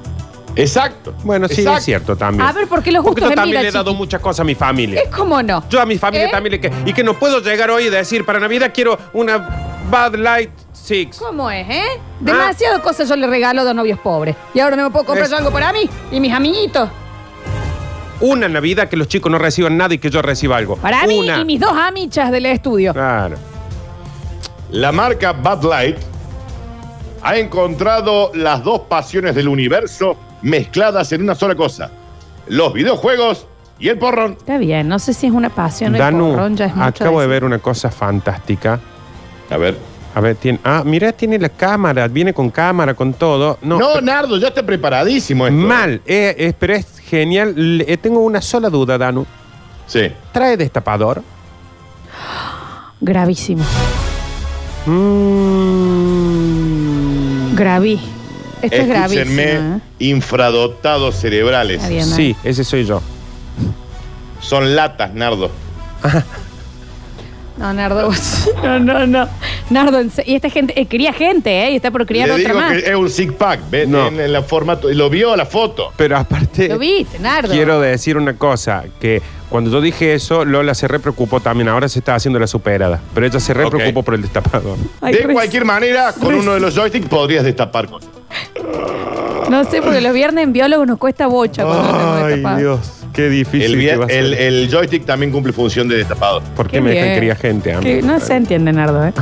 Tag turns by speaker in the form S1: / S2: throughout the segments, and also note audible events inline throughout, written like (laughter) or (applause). S1: Exacto.
S2: Bueno, sí,
S1: Exacto.
S2: es cierto también.
S3: A ver, ¿por qué los
S2: Porque
S3: gustos
S2: yo
S3: de
S2: también
S3: mira,
S2: le he dado
S3: chiqui?
S2: muchas cosas a mi familia.
S3: Es como no.
S2: Yo a mi familia
S3: ¿Eh?
S2: también le... que- Y que no puedo llegar hoy y decir, para Navidad quiero una Bad Light 6.
S3: ¿Cómo es, eh?
S2: Ah.
S3: Demasiadas cosas yo le regalo a dos novios pobres. Y ahora no me puedo comprar yo
S2: Es-
S3: algo para mí y mis amiguitos.
S2: Una Navidad que los chicos no reciban nada y que yo reciba algo.
S3: Para mí
S2: Una.
S3: y mis dos amichas del estudio.
S2: Claro.
S1: La marca Bud Light ha encontrado las dos pasiones del universo mezcladas en una sola cosa: los videojuegos y el porrón.
S3: Está bien, no sé si es una pasión. el
S2: Danu,
S3: porrón ya es mucho
S2: acabo de
S3: decir.
S2: ver una cosa fantástica.
S1: A ver.
S2: A ver, tiene. Ah, mirá, tiene la cámara, viene con cámara, con todo. No,
S1: No,
S2: pero-
S1: Nardo, ya está preparadísimo esto.
S2: mal, eh, eh, pero es genial. Le- eh, tengo una sola duda, Danu.
S1: Sí.
S2: ¿Trae destapador?
S3: Gravísimo.
S2: Mm,
S3: Graví. Esto es gravísimo.
S1: Escúchenme,
S3: ¿eh?
S1: infradotados cerebrales.
S3: Está bien, ¿eh?
S2: sí, ese soy yo.
S1: Son latas, Nardo.
S3: No, Nardo. (laughs) vos- No, no, no. Nardo, en se- y esta gente, eh, cría gente, ¿eh? Y está por criar
S1: Le
S3: otra
S1: digo
S3: más.
S1: que es un zig pack, ¿ves?
S2: No.
S1: En, en la formato. Lo vio la foto.
S2: Pero
S1: eh,
S2: aparte.
S3: Lo viste, Nardo.
S2: Quiero decir una cosa, que cuando yo dije eso, Lola se re preocupó también. Ahora se está haciendo la superada. Pero ella se re
S1: Ok.
S2: preocupó por el destapador.
S3: Ay,
S1: de
S3: res-
S1: cualquier manera, con
S3: res-
S1: uno de los joysticks podrías destapar cosas.
S3: No sé, porque los viernes en biólogo nos cuesta bocha. cuando tenemos que tapar.
S2: Dios, qué difícil
S1: El,
S2: que va a
S1: bien-
S2: ser.
S1: el- eh, el joystick también cumple función de destapado.
S2: ¿Por qué,
S3: Qué
S2: me dejan
S3: bien.
S2: quería gente a mí?
S3: Que no se entiende, Nardo, ¿eh?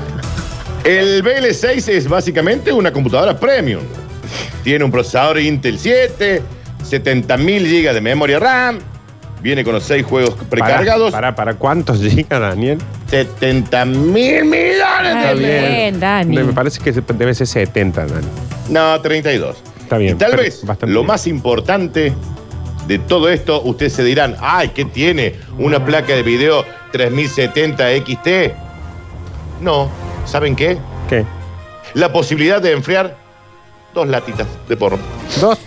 S1: El BL6 es básicamente una computadora premium. Tiene un procesador Intel 7, 70.000 GB de memoria RAM, viene con los 6 juegos precargados.
S2: Para, para, ¿cuántos (laughs) llega, Daniel?
S1: 70.000 millones
S3: Está
S1: de
S3: bien, Dani.
S2: Me parece que debe ser 70, Dani.
S1: No, 32.
S2: Está bien,
S1: Y tal
S2: pero
S1: vez
S2: bastante
S1: lo
S2: bien.
S1: más importante de todo esto, ustedes se dirán, ay, ¿qué tiene? ¿Una placa de video 3070 XT? No, ¿saben qué?
S2: ¿Qué?
S1: La posibilidad de enfriar dos latitas de porro.
S2: ¿Dos?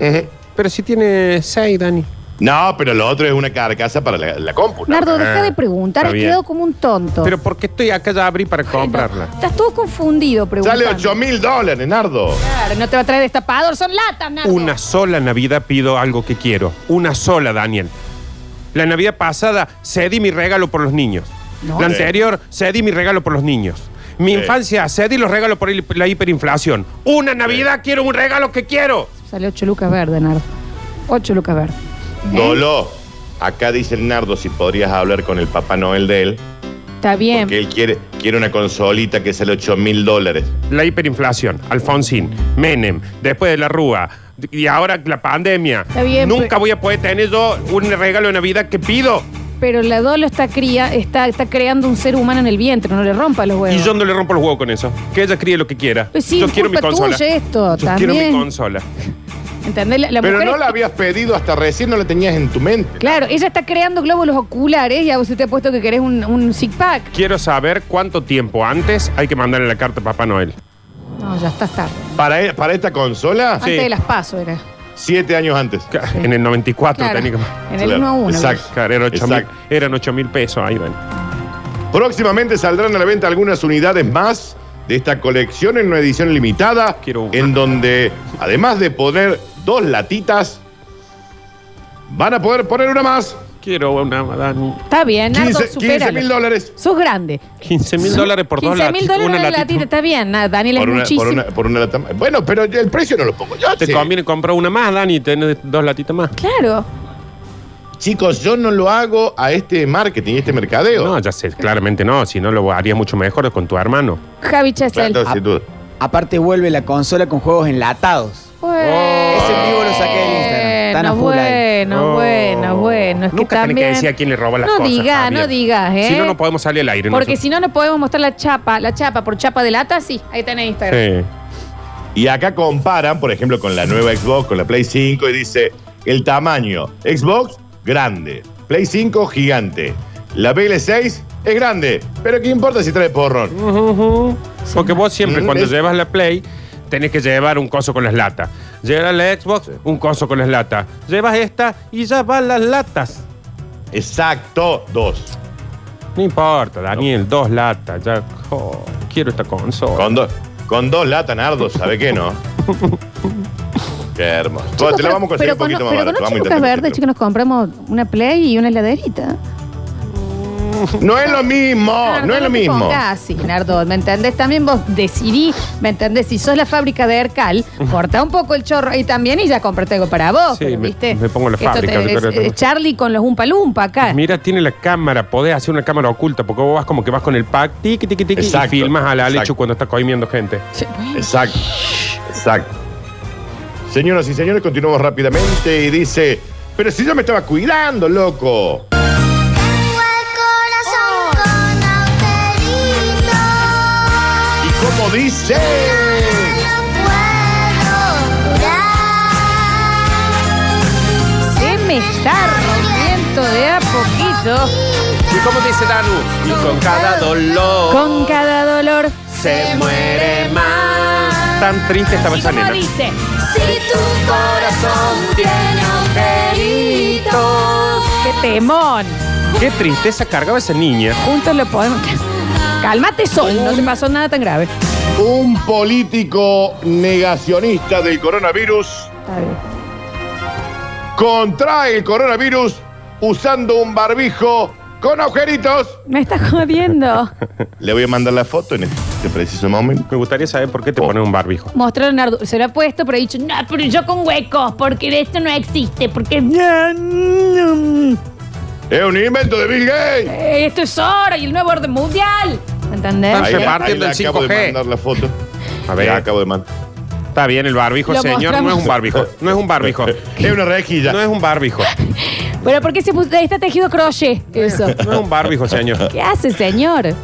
S1: Ujú.
S2: Pero si tiene seis, Dani.
S1: No, pero lo otro es una carcasa para la, la compu. ¿no?
S3: Nardo, deja de preguntar,
S2: Ah, Está
S3: has
S2: bien.
S3: quedado como un tonto.
S2: Pero porque estoy acá ya abrí para comprarla.
S3: Estás todo confundido preguntando.
S1: Sale 8 mil dólares, Nardo.
S3: Claro, no te va a traer destapador, son latas, Nardo.
S2: Una sola Navidad pido algo que quiero. Una sola, Daniel. La Navidad pasada cedí mi regalo por los niños.
S3: No.
S2: La
S1: Sí.
S2: anterior cedí mi regalo por los niños. Mi
S1: Sí.
S2: infancia cedí los regalos por hi- la hiperinflación. Una Navidad quiero un regalo que quiero.
S3: Sale 8 lucas verde, Nardo. 8 lucas verde.
S1: Dolo. Acá dice el Nardo si podrías hablar con el Papá Noel de él.
S3: Está bien.
S1: Que él quiere, quiere una consolita que sale 8 mil dólares.
S2: La hiperinflación, Alfonsín, Menem, después de la Rúa y ahora la pandemia.
S3: Está bien,
S2: Nunca
S3: pero-
S2: voy a poder tener yo un regalo de Navidad que pido.
S3: Pero la Dolo está, cría, está, está creando un ser humano en el vientre, no le rompa los huevos.
S2: Y yo no le rompo los huevos con eso. Que ella críe lo que quiera.
S3: Pues sí,
S2: yo
S3: es
S2: quiero mi
S3: culpa
S2: consola.
S3: tuya esto,
S2: yo
S3: también.
S2: quiero mi consola.
S3: ¿Entendés? La, la
S1: Pero
S3: mujer
S1: no
S3: es-
S1: la habías pedido hasta recién, no la tenías en tu mente.
S3: Claro, ella está creando glóbulos oculares y a vos se te ha puesto que querés un, un six pack.
S2: Quiero saber cuánto tiempo antes hay que mandarle la carta a Papá Noel.
S3: No, ya está tarde.
S1: Para, e, para esta consola,
S2: Sí.
S3: Antes de las pasos era.
S1: siete años antes.
S2: Ca- En el 94
S3: Claro,
S2: tenía que.
S3: en el
S1: Claro,
S3: 1 a 1.
S1: exacto.
S2: Claro, era ocho
S1: Exacto.
S2: mil- eran 8 mil pesos ahí, Dani.
S1: Próximamente saldrán a la venta algunas unidades más de esta colección en una edición limitada,
S2: Quiero una.
S1: en donde además de poner dos latitas, van a poder poner una más.
S2: Quiero una, Dani.
S3: Está bien, Nardo,
S1: 15
S3: supéralo.
S1: mil dólares.
S3: Sos grande.
S2: 15 mil dólares por dos
S3: 15 mil
S2: lati-
S3: dólares
S2: una
S3: la
S2: latita.
S3: latita, está bien. Nada, Daniel es
S1: Por una,
S3: muchísimo.
S1: por una- por una lata más. Bueno, pero yo el precio no lo pongo yo.
S2: Te
S1: che.
S2: conviene comprar una más, Dani, y tener dos latitas más.
S3: Claro.
S1: Chicos, yo no lo hago a este marketing, a este mercadeo.
S2: No, ya sé, claramente no. Si no, lo harías mucho mejor con tu hermano.
S3: Javi Chesel.
S1: Claro, sin duda.
S4: Aparte vuelve la consola con juegos enlatados. Ese en vivo lo saqué del Instagram. Están a
S3: No,
S4: full ahí.
S3: bueno,
S2: Oh.
S3: bueno, bueno. Es que
S2: Nunca tenés
S3: también...
S2: que decir a quién le roba las
S3: no
S2: cosas.
S3: digas,
S2: Javier.
S3: no digas, ¿eh?
S2: Si no, no podemos salir al aire.
S3: Porque
S2: nosotros.
S3: si no, no podemos mostrar la chapa, la chapa por chapa de lata, sí. Ahí tenés Instagram.
S2: Sí.
S1: Y acá comparan, por ejemplo, con la nueva Xbox, con la Play 5, y dice el tamaño. Xbox, grande. Play 5, gigante. La PL6 es grande. Pero ¿qué importa si trae porrón?
S2: Porque vos siempre
S1: Mm,
S2: cuando
S1: es-
S2: llevas la Play tenés que llevar un coso con las latas. Llevas la Xbox, un coso con las latas. Llevas esta y ya van las latas.
S1: Exacto, dos.
S2: No importa, Daniel, dos latas. Ya, jo, quiero esta consola.
S1: Con, dos con dos latas, Nardo, ¿sabe
S3: (laughs)
S1: qué no? Qué hermoso. Bueno, te la vamos a
S3: pero
S1: conseguir un poquito
S3: con,
S1: más
S3: pero con
S1: barato. Vamos a
S3: ocho lucas
S1: intentar que
S3: verdes,
S1: te-
S3: chicos, Ah, nos compramos una Play y una heladerita.
S1: No es lo mismo,
S3: Nardo,
S1: no es lo
S3: te
S1: mismo.
S3: pongas así, Nardo, ¿me entendés? También vos decidí, ¿me entendés? Si sos la fábrica de Ercal, corta un poco el chorro ahí también y ya comprate algo para vos,
S2: Sí,
S3: pero,
S2: me-
S3: ¿viste?
S2: me pongo la
S3: Esto
S2: fábrica,
S3: te-
S2: pero-
S3: es- es Charlie con los Umpa Lumpa acá.
S2: Mira, tiene la cámara, podés hacer una cámara oculta, porque vos vas como que vas con el pack, tiqui, tiqui, tiqui, y
S1: Exacto,
S2: filmas a la
S1: exacto.
S2: Alechu cuando está coimiendo gente.
S3: Che, bueno.
S1: Exacto, exacto. Señoras y señores, continuamos rápidamente y dice, pero si yo me estaba cuidando, loco.
S5: el corazón con agujeritos.
S1: ¿Y cómo dice?
S5: No puedo curar.
S3: Se me está rompiendo de a poquito.
S5: poquito.
S2: ¿Y cómo dice Danu? Y con cada dolor
S3: Con cada dolor.
S2: se muere más. Tan triste estaba
S3: ¿Y
S2: esa
S3: cómo
S2: nena.
S3: dice?
S5: Si tu corazón tiene agujeritos.
S3: ¡Qué temón!
S2: Qué tristeza cargaba esa niña.
S3: Juntos lo podemos. Cálmate, Sol, no te pasó nada tan grave.
S1: Un político negacionista del coronavirus
S3: Está bien.
S1: contrae el coronavirus usando un barbijo con agujeritos.
S3: Me estás jodiendo.
S1: Le voy a mandar la foto en este preciso momento.
S2: Me gustaría saber por qué te
S1: Oh.
S2: pones un barbijo.
S3: Mostraron Nardo, se lo ha puesto, pero ha dicho, no, pero yo con huecos, porque de esto no existe, porque
S1: Es un invento de Bill Gates.
S3: Eh, esto es oro y el nuevo orden mundial. ¿Me ¿Entendés?
S2: Ahí
S1: le- le
S2: reparten del
S1: acabo
S2: 5G.
S1: de mandar la foto.
S2: A ver.
S1: Le acabo de mandar.
S2: Está bien el barbijo,
S3: Lo
S2: señor. No
S3: mostramos.
S2: es un barbijo. No es un (laughs) barbijo.
S1: Es una rejilla.
S2: No es un barbijo.
S3: Pero ¿por qué se puso, ahí está tejido crochet? (laughs) Eso.
S2: No es un barbijo, señor.
S3: (laughs) ¿Qué hace, señor?
S2: Es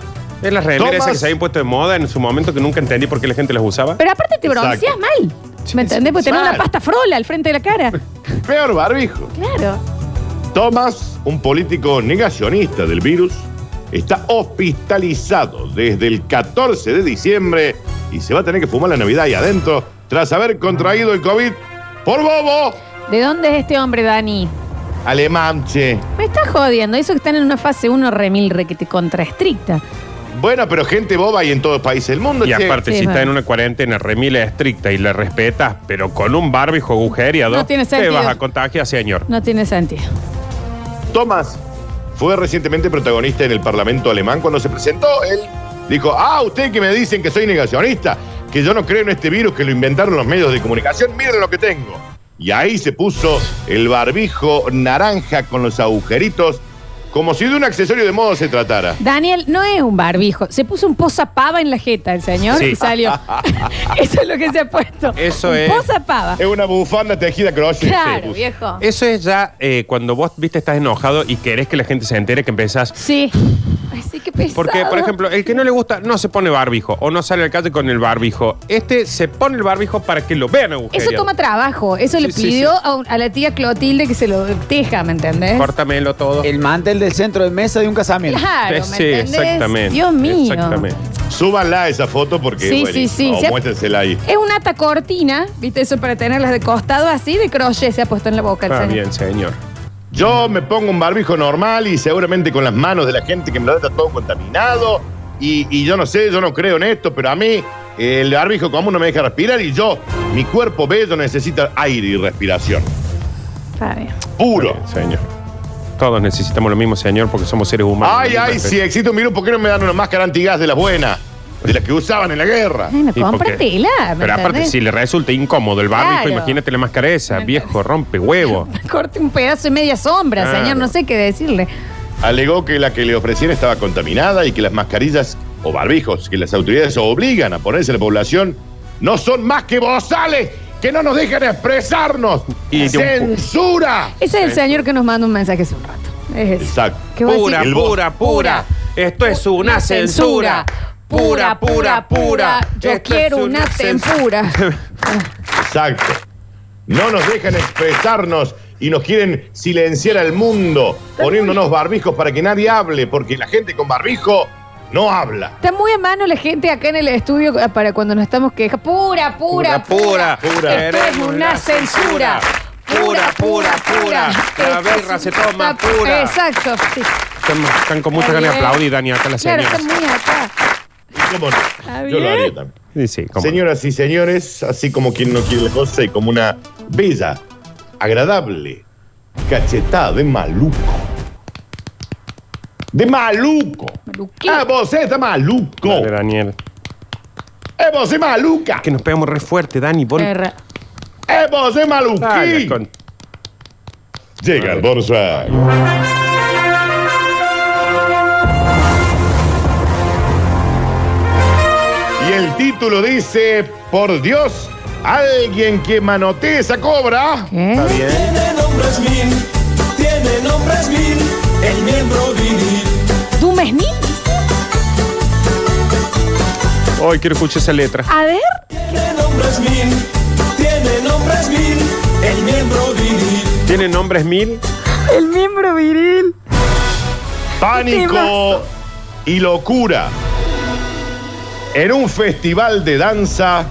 S2: la remera
S1: Tomás.
S2: esa que se había puesto de moda en su momento que nunca entendí por qué la gente las usaba.
S3: Pero aparte te
S1: Exacto.
S3: bronceas mal. ¿Me entendés? Porque tenés
S1: mal.
S3: una pasta frola al frente de la cara.
S1: Peor barbijo.
S3: Claro.
S1: Thomas, un político negacionista del virus, está hospitalizado desde el 14 de diciembre y se va a tener que fumar la Navidad ahí adentro tras haber contraído el COVID por bobo
S3: ¿De dónde es este hombre, Dani?
S1: alemán, che.
S3: Me estás jodiendo. Eso que están en una fase 1 remil re que te contraestricta.
S1: Bueno, pero gente boba hay en todos los países del mundo,
S2: Y
S1: che.
S2: aparte,
S3: Sí, es
S2: si está en
S3: verdad.
S2: una cuarentena remila estricta y la respetas, pero con un barbijo agujeriado,
S3: No tiene
S2: te
S3: sentido.
S2: vas a contagiar, señor.
S3: No tiene sentido.
S1: Thomas fue recientemente protagonista en el Parlamento alemán cuando se presentó. Él dijo, ah, ustedes que me dicen que soy negacionista, que yo no creo en este virus, que lo inventaron los medios de comunicación, miren lo que tengo. Y ahí se puso el barbijo naranja con los agujeritos, como si de un accesorio de moda se tratara.
S3: Daniel no es un barbijo. Se puso un posapava en la jeta el señor
S2: Sí.
S3: y salió. (laughs) Eso es lo que se ha puesto.
S2: Eso
S3: Un
S2: es.
S3: Posapava.
S1: Es una bufanda tejida crochet.
S3: Claro,
S1: Sí.
S3: viejo.
S2: Eso es ya eh, cuando vos, viste, estás enojado y querés que la gente se entere que empezás
S3: Sí. Ay, sí, qué pesado.
S2: Porque, por ejemplo, el que no le gusta no se pone barbijo o no sale al calle con el barbijo. Este se pone el barbijo para que lo vean
S3: Eso
S2: agujereado.
S3: toma trabajo. Eso le
S2: Sí, sí,
S3: pidió
S2: sí.
S3: A, un- a la tía Clotilde que se lo teja, ¿me entendés?
S2: Córtamelo todo.
S4: El mantel del centro de mesa de un casamiento.
S3: Claro, ¿me
S2: Sí,
S3: entendés?
S2: exactamente.
S3: Dios mío.
S2: Exactamente.
S1: Súbanla esa foto porque
S3: Sí,
S1: es
S3: sí, sí.
S1: buenísima.
S3: Se
S1: O
S3: ha-
S1: muéstrensela ahí.
S3: Es una ata cortina, ¿viste? Eso para tenerlas de costado así, de crochet se ha puesto en la boca el
S2: Está
S3: señor.
S2: Ah, bien, señor.
S1: Yo me pongo un barbijo normal y seguramente con las manos de la gente que me lo da está todo contaminado. Y, y yo no sé, yo no creo en esto, pero a mí eh, el barbijo común no me deja respirar y yo, mi cuerpo bello necesita aire y respiración.
S3: Está bien.
S1: Puro.
S2: Está bien, señor. Todos necesitamos lo mismo, señor, porque somos seres humanos.
S1: Ay, ay, si existe un virus, ¿por qué no me dan una máscara antigás de las buenas? De las que usaban en la guerra.
S3: Bueno,
S2: Sí, porque-
S3: cómpratela. ¿me
S2: Pero aparte,
S3: entendés?
S2: si le resulta incómodo el barbijo,
S3: Claro.
S2: imagínate la máscara esa.
S3: Me
S2: Viejo, rompe
S3: (laughs)
S2: huevo.
S3: Corte un pedazo de media sombra,
S2: Claro.
S3: señor, no sé qué decirle.
S1: Alegó que la que le ofrecían estaba contaminada y que las mascarillas o barbijos que las autoridades obligan a ponerse a la población no son más que bozales que no nos dejan expresarnos.
S2: Y de un pu-
S1: ¡Censura!
S3: Ese es el señor que nos manda un mensaje hace un rato. Es ese.
S1: Exacto.
S3: ¿Qué va a
S2: Pura,
S1: decir?
S2: pura, pura.
S3: Pura.
S2: Esto es una
S3: Una
S2: censura.
S3: censura.
S2: Pura, pura, pura.
S3: Yo
S2: Esto es
S3: quiero una
S2: censura.
S3: tempura.
S1: Exacto. No nos dejan expresarnos y nos quieren silenciar al mundo, poniéndonos barbijos para que nadie hable, porque la gente con barbijo no habla.
S3: Está muy a mano la gente acá en el estudio para cuando nos estamos quejando. Pura, pura, pura.
S2: pura, pura.
S3: Esto es una censura.
S2: Pura, pura, pura. La
S3: Esto es
S2: berra se
S3: una-
S2: toma pura.
S3: Exacto. sí.
S2: Están, están con mucha ganas de
S3: Está bien.
S2: aplaudir, Dani, acá las
S3: Claro, está
S2: señoras.
S3: muy acá.
S1: ¿Cómo no? Yo lo haría también.
S2: Sí, sí, cómo no.
S1: Señoras y señores, así como quien no quiere la cosa y como una bella, agradable cachetada de maluco. de maluco.
S3: Maluquín.
S1: Ah, vos es de maluco.
S2: Dale, Daniel.
S1: Eh, vos es maluca.
S2: Que nos pegamos re fuerte, Dani. Vos...
S3: Erra.
S1: Eh, vos es
S2: Dale,
S1: maluquín.
S2: Ah, con-
S1: Llega el bonus track. Y el título dice, por Dios, alguien que manotee esa cobra.
S3: ¿Qué?
S2: Está bien.
S6: Tiene nombres mil, tiene nombres mil, el miembro viril.
S3: ¿Dumesni?
S2: Hoy quiero escuchar esa letra.
S3: A ver.
S6: Tiene nombres mil, tiene nombres mil, el miembro viril.
S2: ¿Tiene nombres mil?
S3: El miembro viril.
S1: Pánico
S3: Temazo.
S1: y locura. En un festival de danza.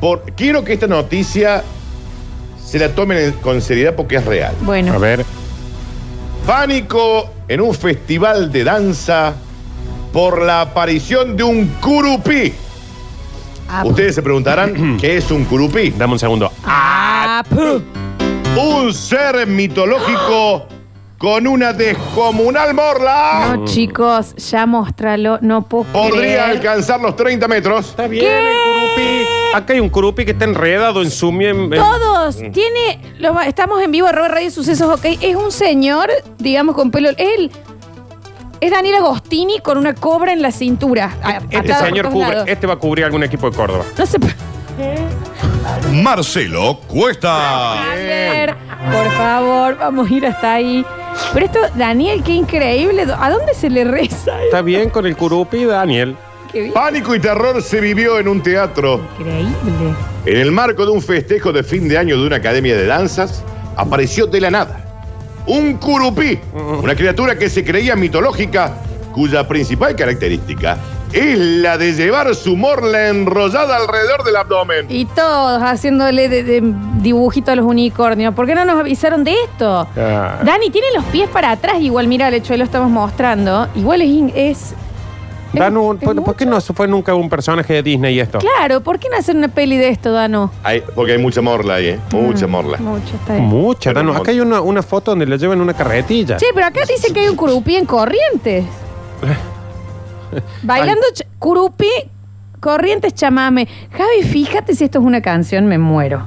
S1: Por... Quiero que esta noticia se la tomen en- con seriedad porque es real.
S2: A
S3: Bueno.
S2: ver.
S1: Pánico en un festival de danza por la aparición de un curupí.
S3: Ah,
S1: Ustedes
S3: (clears throat)
S1: se preguntarán qué es un curupí.
S2: Dame un segundo.
S3: Ah, pu.
S1: Un ser mitológico con una descomunal morla.
S2: Mm.
S3: No, chicos, ya mostralo. No puedo
S1: Podría
S3: creer.
S1: alcanzar los 30 metros.
S2: Está bien, el curupi. Acá hay un curupi que está enredado en su mie- en-
S3: Todos.
S2: Mm.
S3: Tiene. lo va- estamos en vivo, arroba Radio Sucesos, ok. Es un señor, digamos, con pelo. Él. Es Daniel Agostini con una cobra en la cintura. a-
S2: Este
S3: atada por
S2: señor
S3: todos
S2: cubre,
S3: lados.
S2: este va a cubrir algún equipo de Córdoba.
S3: No se.
S7: Marcelo Cuesta.
S3: Javier, por favor, vamos a ir hasta ahí. Pero esto, Daniel, qué increíble. ¿A dónde se le reza?
S2: Está bien con el curupi, Daniel.
S3: Qué bien.
S1: Pánico y terror se vivió en un teatro.
S3: Increíble.
S1: En el marco de un festejo de fin de año de una academia de danzas, apareció de la nada un curupí, una criatura que se creía mitológica, cuya principal característica es la de llevar su morla enrollada alrededor del abdomen.
S3: Y todos haciéndole de, de dibujito a los unicornios. ¿Por qué no nos avisaron de esto?
S2: Ah.
S3: Dani, tiene los pies para atrás. Igual, mira, el hecho lo estamos mostrando. Igual es... in- es
S2: Danu,
S3: es
S2: ¿por,
S3: mucho.
S2: por qué no fue nunca un personaje de Disney esto?
S3: Claro, ¿por qué no hacer una peli de esto, Danu?
S1: Hay- porque hay mucha morla ahí, ¿eh? Mucha
S3: Mm,
S1: morla.
S3: Mucho, está bien.
S2: Mucha,
S1: Pero
S2: Danu.
S1: no-
S2: Acá hay una, una foto donde la llevan en una carretilla.
S3: Che, pero acá dicen que hay un curupí en Corrientes. Bailando ch- curupí, Corrientes chamame. Javi, fíjate si esto es una canción, me muero.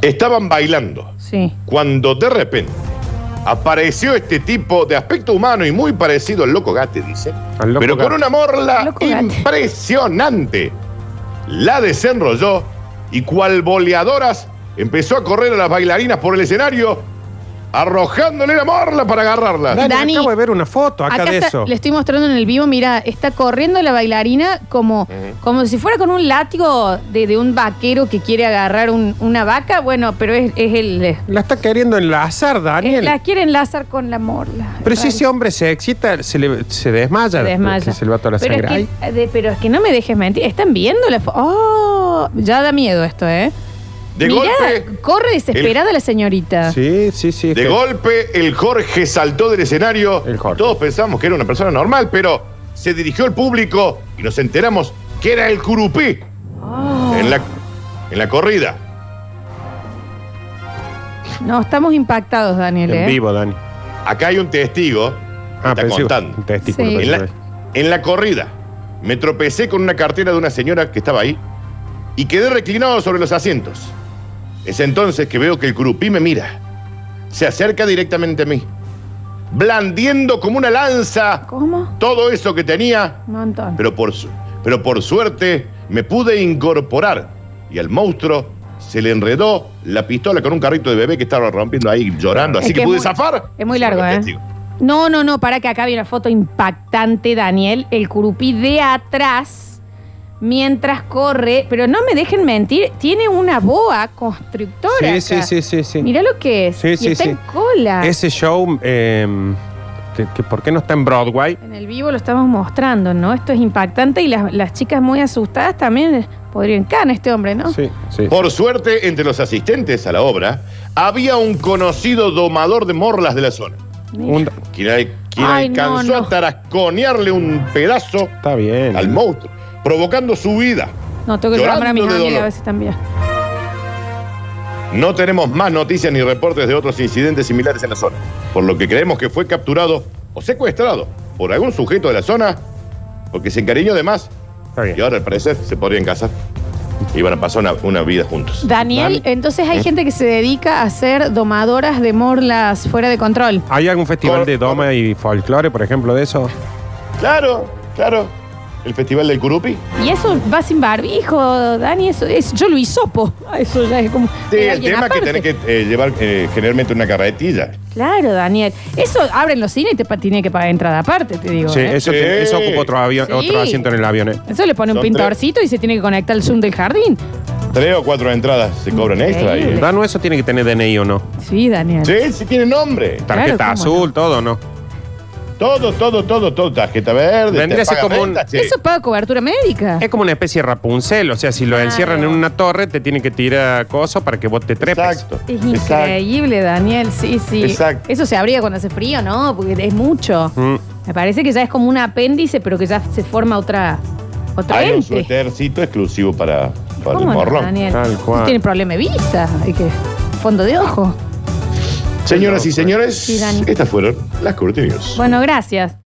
S1: Estaban bailando
S3: Sí.
S1: cuando de repente apareció este tipo de aspecto humano y muy parecido al loco gate, dice,
S2: Al Loco
S1: pero con
S2: Gatti.
S1: una morla
S3: Loco Gatti.
S1: impresionante. La desenrolló y cual boleadoras empezó a correr a las bailarinas por el escenario, arrojándole la morla para agarrarla.
S2: Dani,
S3: Dani,
S2: acabo de ver una foto acá, de
S3: está-
S2: eso.
S3: le estoy mostrando en el vivo, mira, está corriendo la bailarina como, como si fuera con un látigo de, de un vaquero que quiere agarrar un- una vaca. Bueno, pero es, es el.
S2: La está queriendo enlazar, Daniel.
S3: Eh, La quiere enlazar con la morla.
S2: Pero si
S3: Raro.
S2: ese hombre se excita, se, le, se desmaya.
S3: Se desmaya.
S2: porque Se le va toda la
S3: pero,
S2: sangre.
S3: Es
S2: Ay,
S3: que, eh, de- pero es que no me dejes mentir. Están viendo la foto. ¡Oh! Ya da miedo esto, ¿eh?
S1: De
S3: Mirá,
S1: golpe,
S3: corre desesperada la señorita.
S2: Sí, sí, sí. es
S1: de
S2: que-
S1: golpe, el Jorge saltó del escenario.
S2: El Jorge.
S1: Todos pensamos que era una persona normal, pero se dirigió al público y nos enteramos que era el curupí.
S3: Oh,
S1: en la, en la corrida.
S3: no, estamos impactados, Daniel, ¿eh?
S2: En vivo, Dani. Ah,
S1: Acá hay un testigo que está
S2: pensé-
S1: contando.
S2: un testículo,
S3: Sí.
S2: pensé
S1: En
S2: que
S1: la,
S2: era.
S1: en la corrida me tropecé con una cartera de una señora que estaba ahí y quedé reclinado sobre los asientos. Es entonces que veo que el curupí me mira. Se acerca directamente a mí, blandiendo como una lanza
S3: ¿Cómo?
S1: todo eso que tenía
S3: Un montón.
S1: pero por, su- pero por suerte me pude incorporar y al monstruo se le enredó la pistola con un carrito de bebé que estaba rompiendo ahí llorando,
S3: Es
S1: así
S3: que
S1: que,
S3: es
S1: pude
S3: muy-
S1: zafar.
S3: es muy largo, ¿eh?
S1: Testigo.
S3: No, no, no, para que acá viene una foto impactante, Daniel. El curupí de atrás, mientras corre. Pero no me dejen mentir, tiene una boa constructora.
S2: Sí, sí, sí, sí, sí.
S3: Mira lo que es.
S2: Sí,
S3: y
S2: sí,
S3: está
S2: sí.
S3: en cola.
S2: Ese show, eh, que, que ¿por qué no está en Broadway?
S3: En el vivo lo estamos mostrando, ¿no? Esto es impactante y las, las chicas muy asustadas también eh, podrían can este hombre, ¿no?
S2: Sí, sí.
S1: Por suerte, entre los asistentes a la obra, había un conocido domador de morlas de la zona,
S3: Mira.
S2: Un-
S1: quien, al- quien
S3: Ay, no,
S1: alcanzó
S3: no.
S1: a tarasconearle un pedazo
S2: está bien.
S1: al monstruo, provocando su vida.
S3: No, tengo que
S1: Llorando
S3: llamar a mis
S1: de
S3: amigas
S1: dolor.
S3: a veces también.
S1: No tenemos más noticias ni reportes de otros incidentes similares en la zona, por lo que creemos que fue capturado o secuestrado por algún sujeto de la zona, porque se encariñó de más.
S2: Está bien.
S1: Y ahora, al parecer, se podrían casar. Y van a pasar una, una vida juntos.
S3: Daniel,
S2: Dani.
S3: entonces
S1: Eh.
S3: hay gente que se dedica a ser domadoras de morlas fuera de control.
S2: ¿Hay algún festival
S1: Cor-
S2: de doma y folclore, por ejemplo, de eso?
S1: Claro, claro. El festival del Curupi.
S3: Y eso va sin barbijo, Dani, eso es, yo lo hisopo. (laughs) Eso ya es como.
S1: Sí,
S3: es
S1: el
S3: alguien
S1: tema es que
S3: aparte.
S1: tenés que eh, llevar eh, generalmente una carretilla.
S3: Claro, Daniel. Eso abren los cines y te pa- tiene que pagar entrada aparte, te digo.
S2: Sí,
S3: ¿eh?
S2: eso,
S1: Sí.
S2: te- eso ocupa otro, avión,
S3: Sí.
S2: otro asiento en el avión. ¿eh?
S3: Eso le pone un
S1: Son
S3: pintorcito y se tiene que conectar al Zoom del jardín.
S1: Tres o cuatro entradas se cobran extra. ahí, eh.
S2: Danu, eso tiene que tener DNI o no.
S3: Sí, Daniel.
S1: Sí, sí tiene nombre.
S3: Claro,
S2: Tarjeta
S3: cómo
S2: azul, todo, ¿no?
S1: Todo, todo, todo, todo. Tarjeta verde.
S2: Vendría a ser
S1: paga
S2: como un-
S1: renta, che.
S3: Eso paga cobertura médica.
S2: Es como una especie de Rapunzel, o sea, si lo
S3: Claro.
S2: encierran en una torre, te tienen que tirar cosas para que vos te trepes.
S1: Exacto.
S3: Es
S1: exacto.
S3: increíble, Daniel. Sí, sí.
S1: Exacto.
S3: Eso se abría cuando hace frío, ¿no? Porque es mucho.
S2: Mm.
S3: Me parece que ya es como un apéndice, pero que ya se forma otra, otra
S1: Hay un
S3: ente.
S1: suétercito exclusivo para, para el
S3: ¿Cómo no,
S1: morrón.
S3: Daniel?
S2: Tal cual.
S3: Tiene problema de vista. hay que- Fondo de ojo.
S1: Señoras y señores,
S3: Sí, Dani.
S1: estas fueron las Curti News.
S3: Bueno, gracias.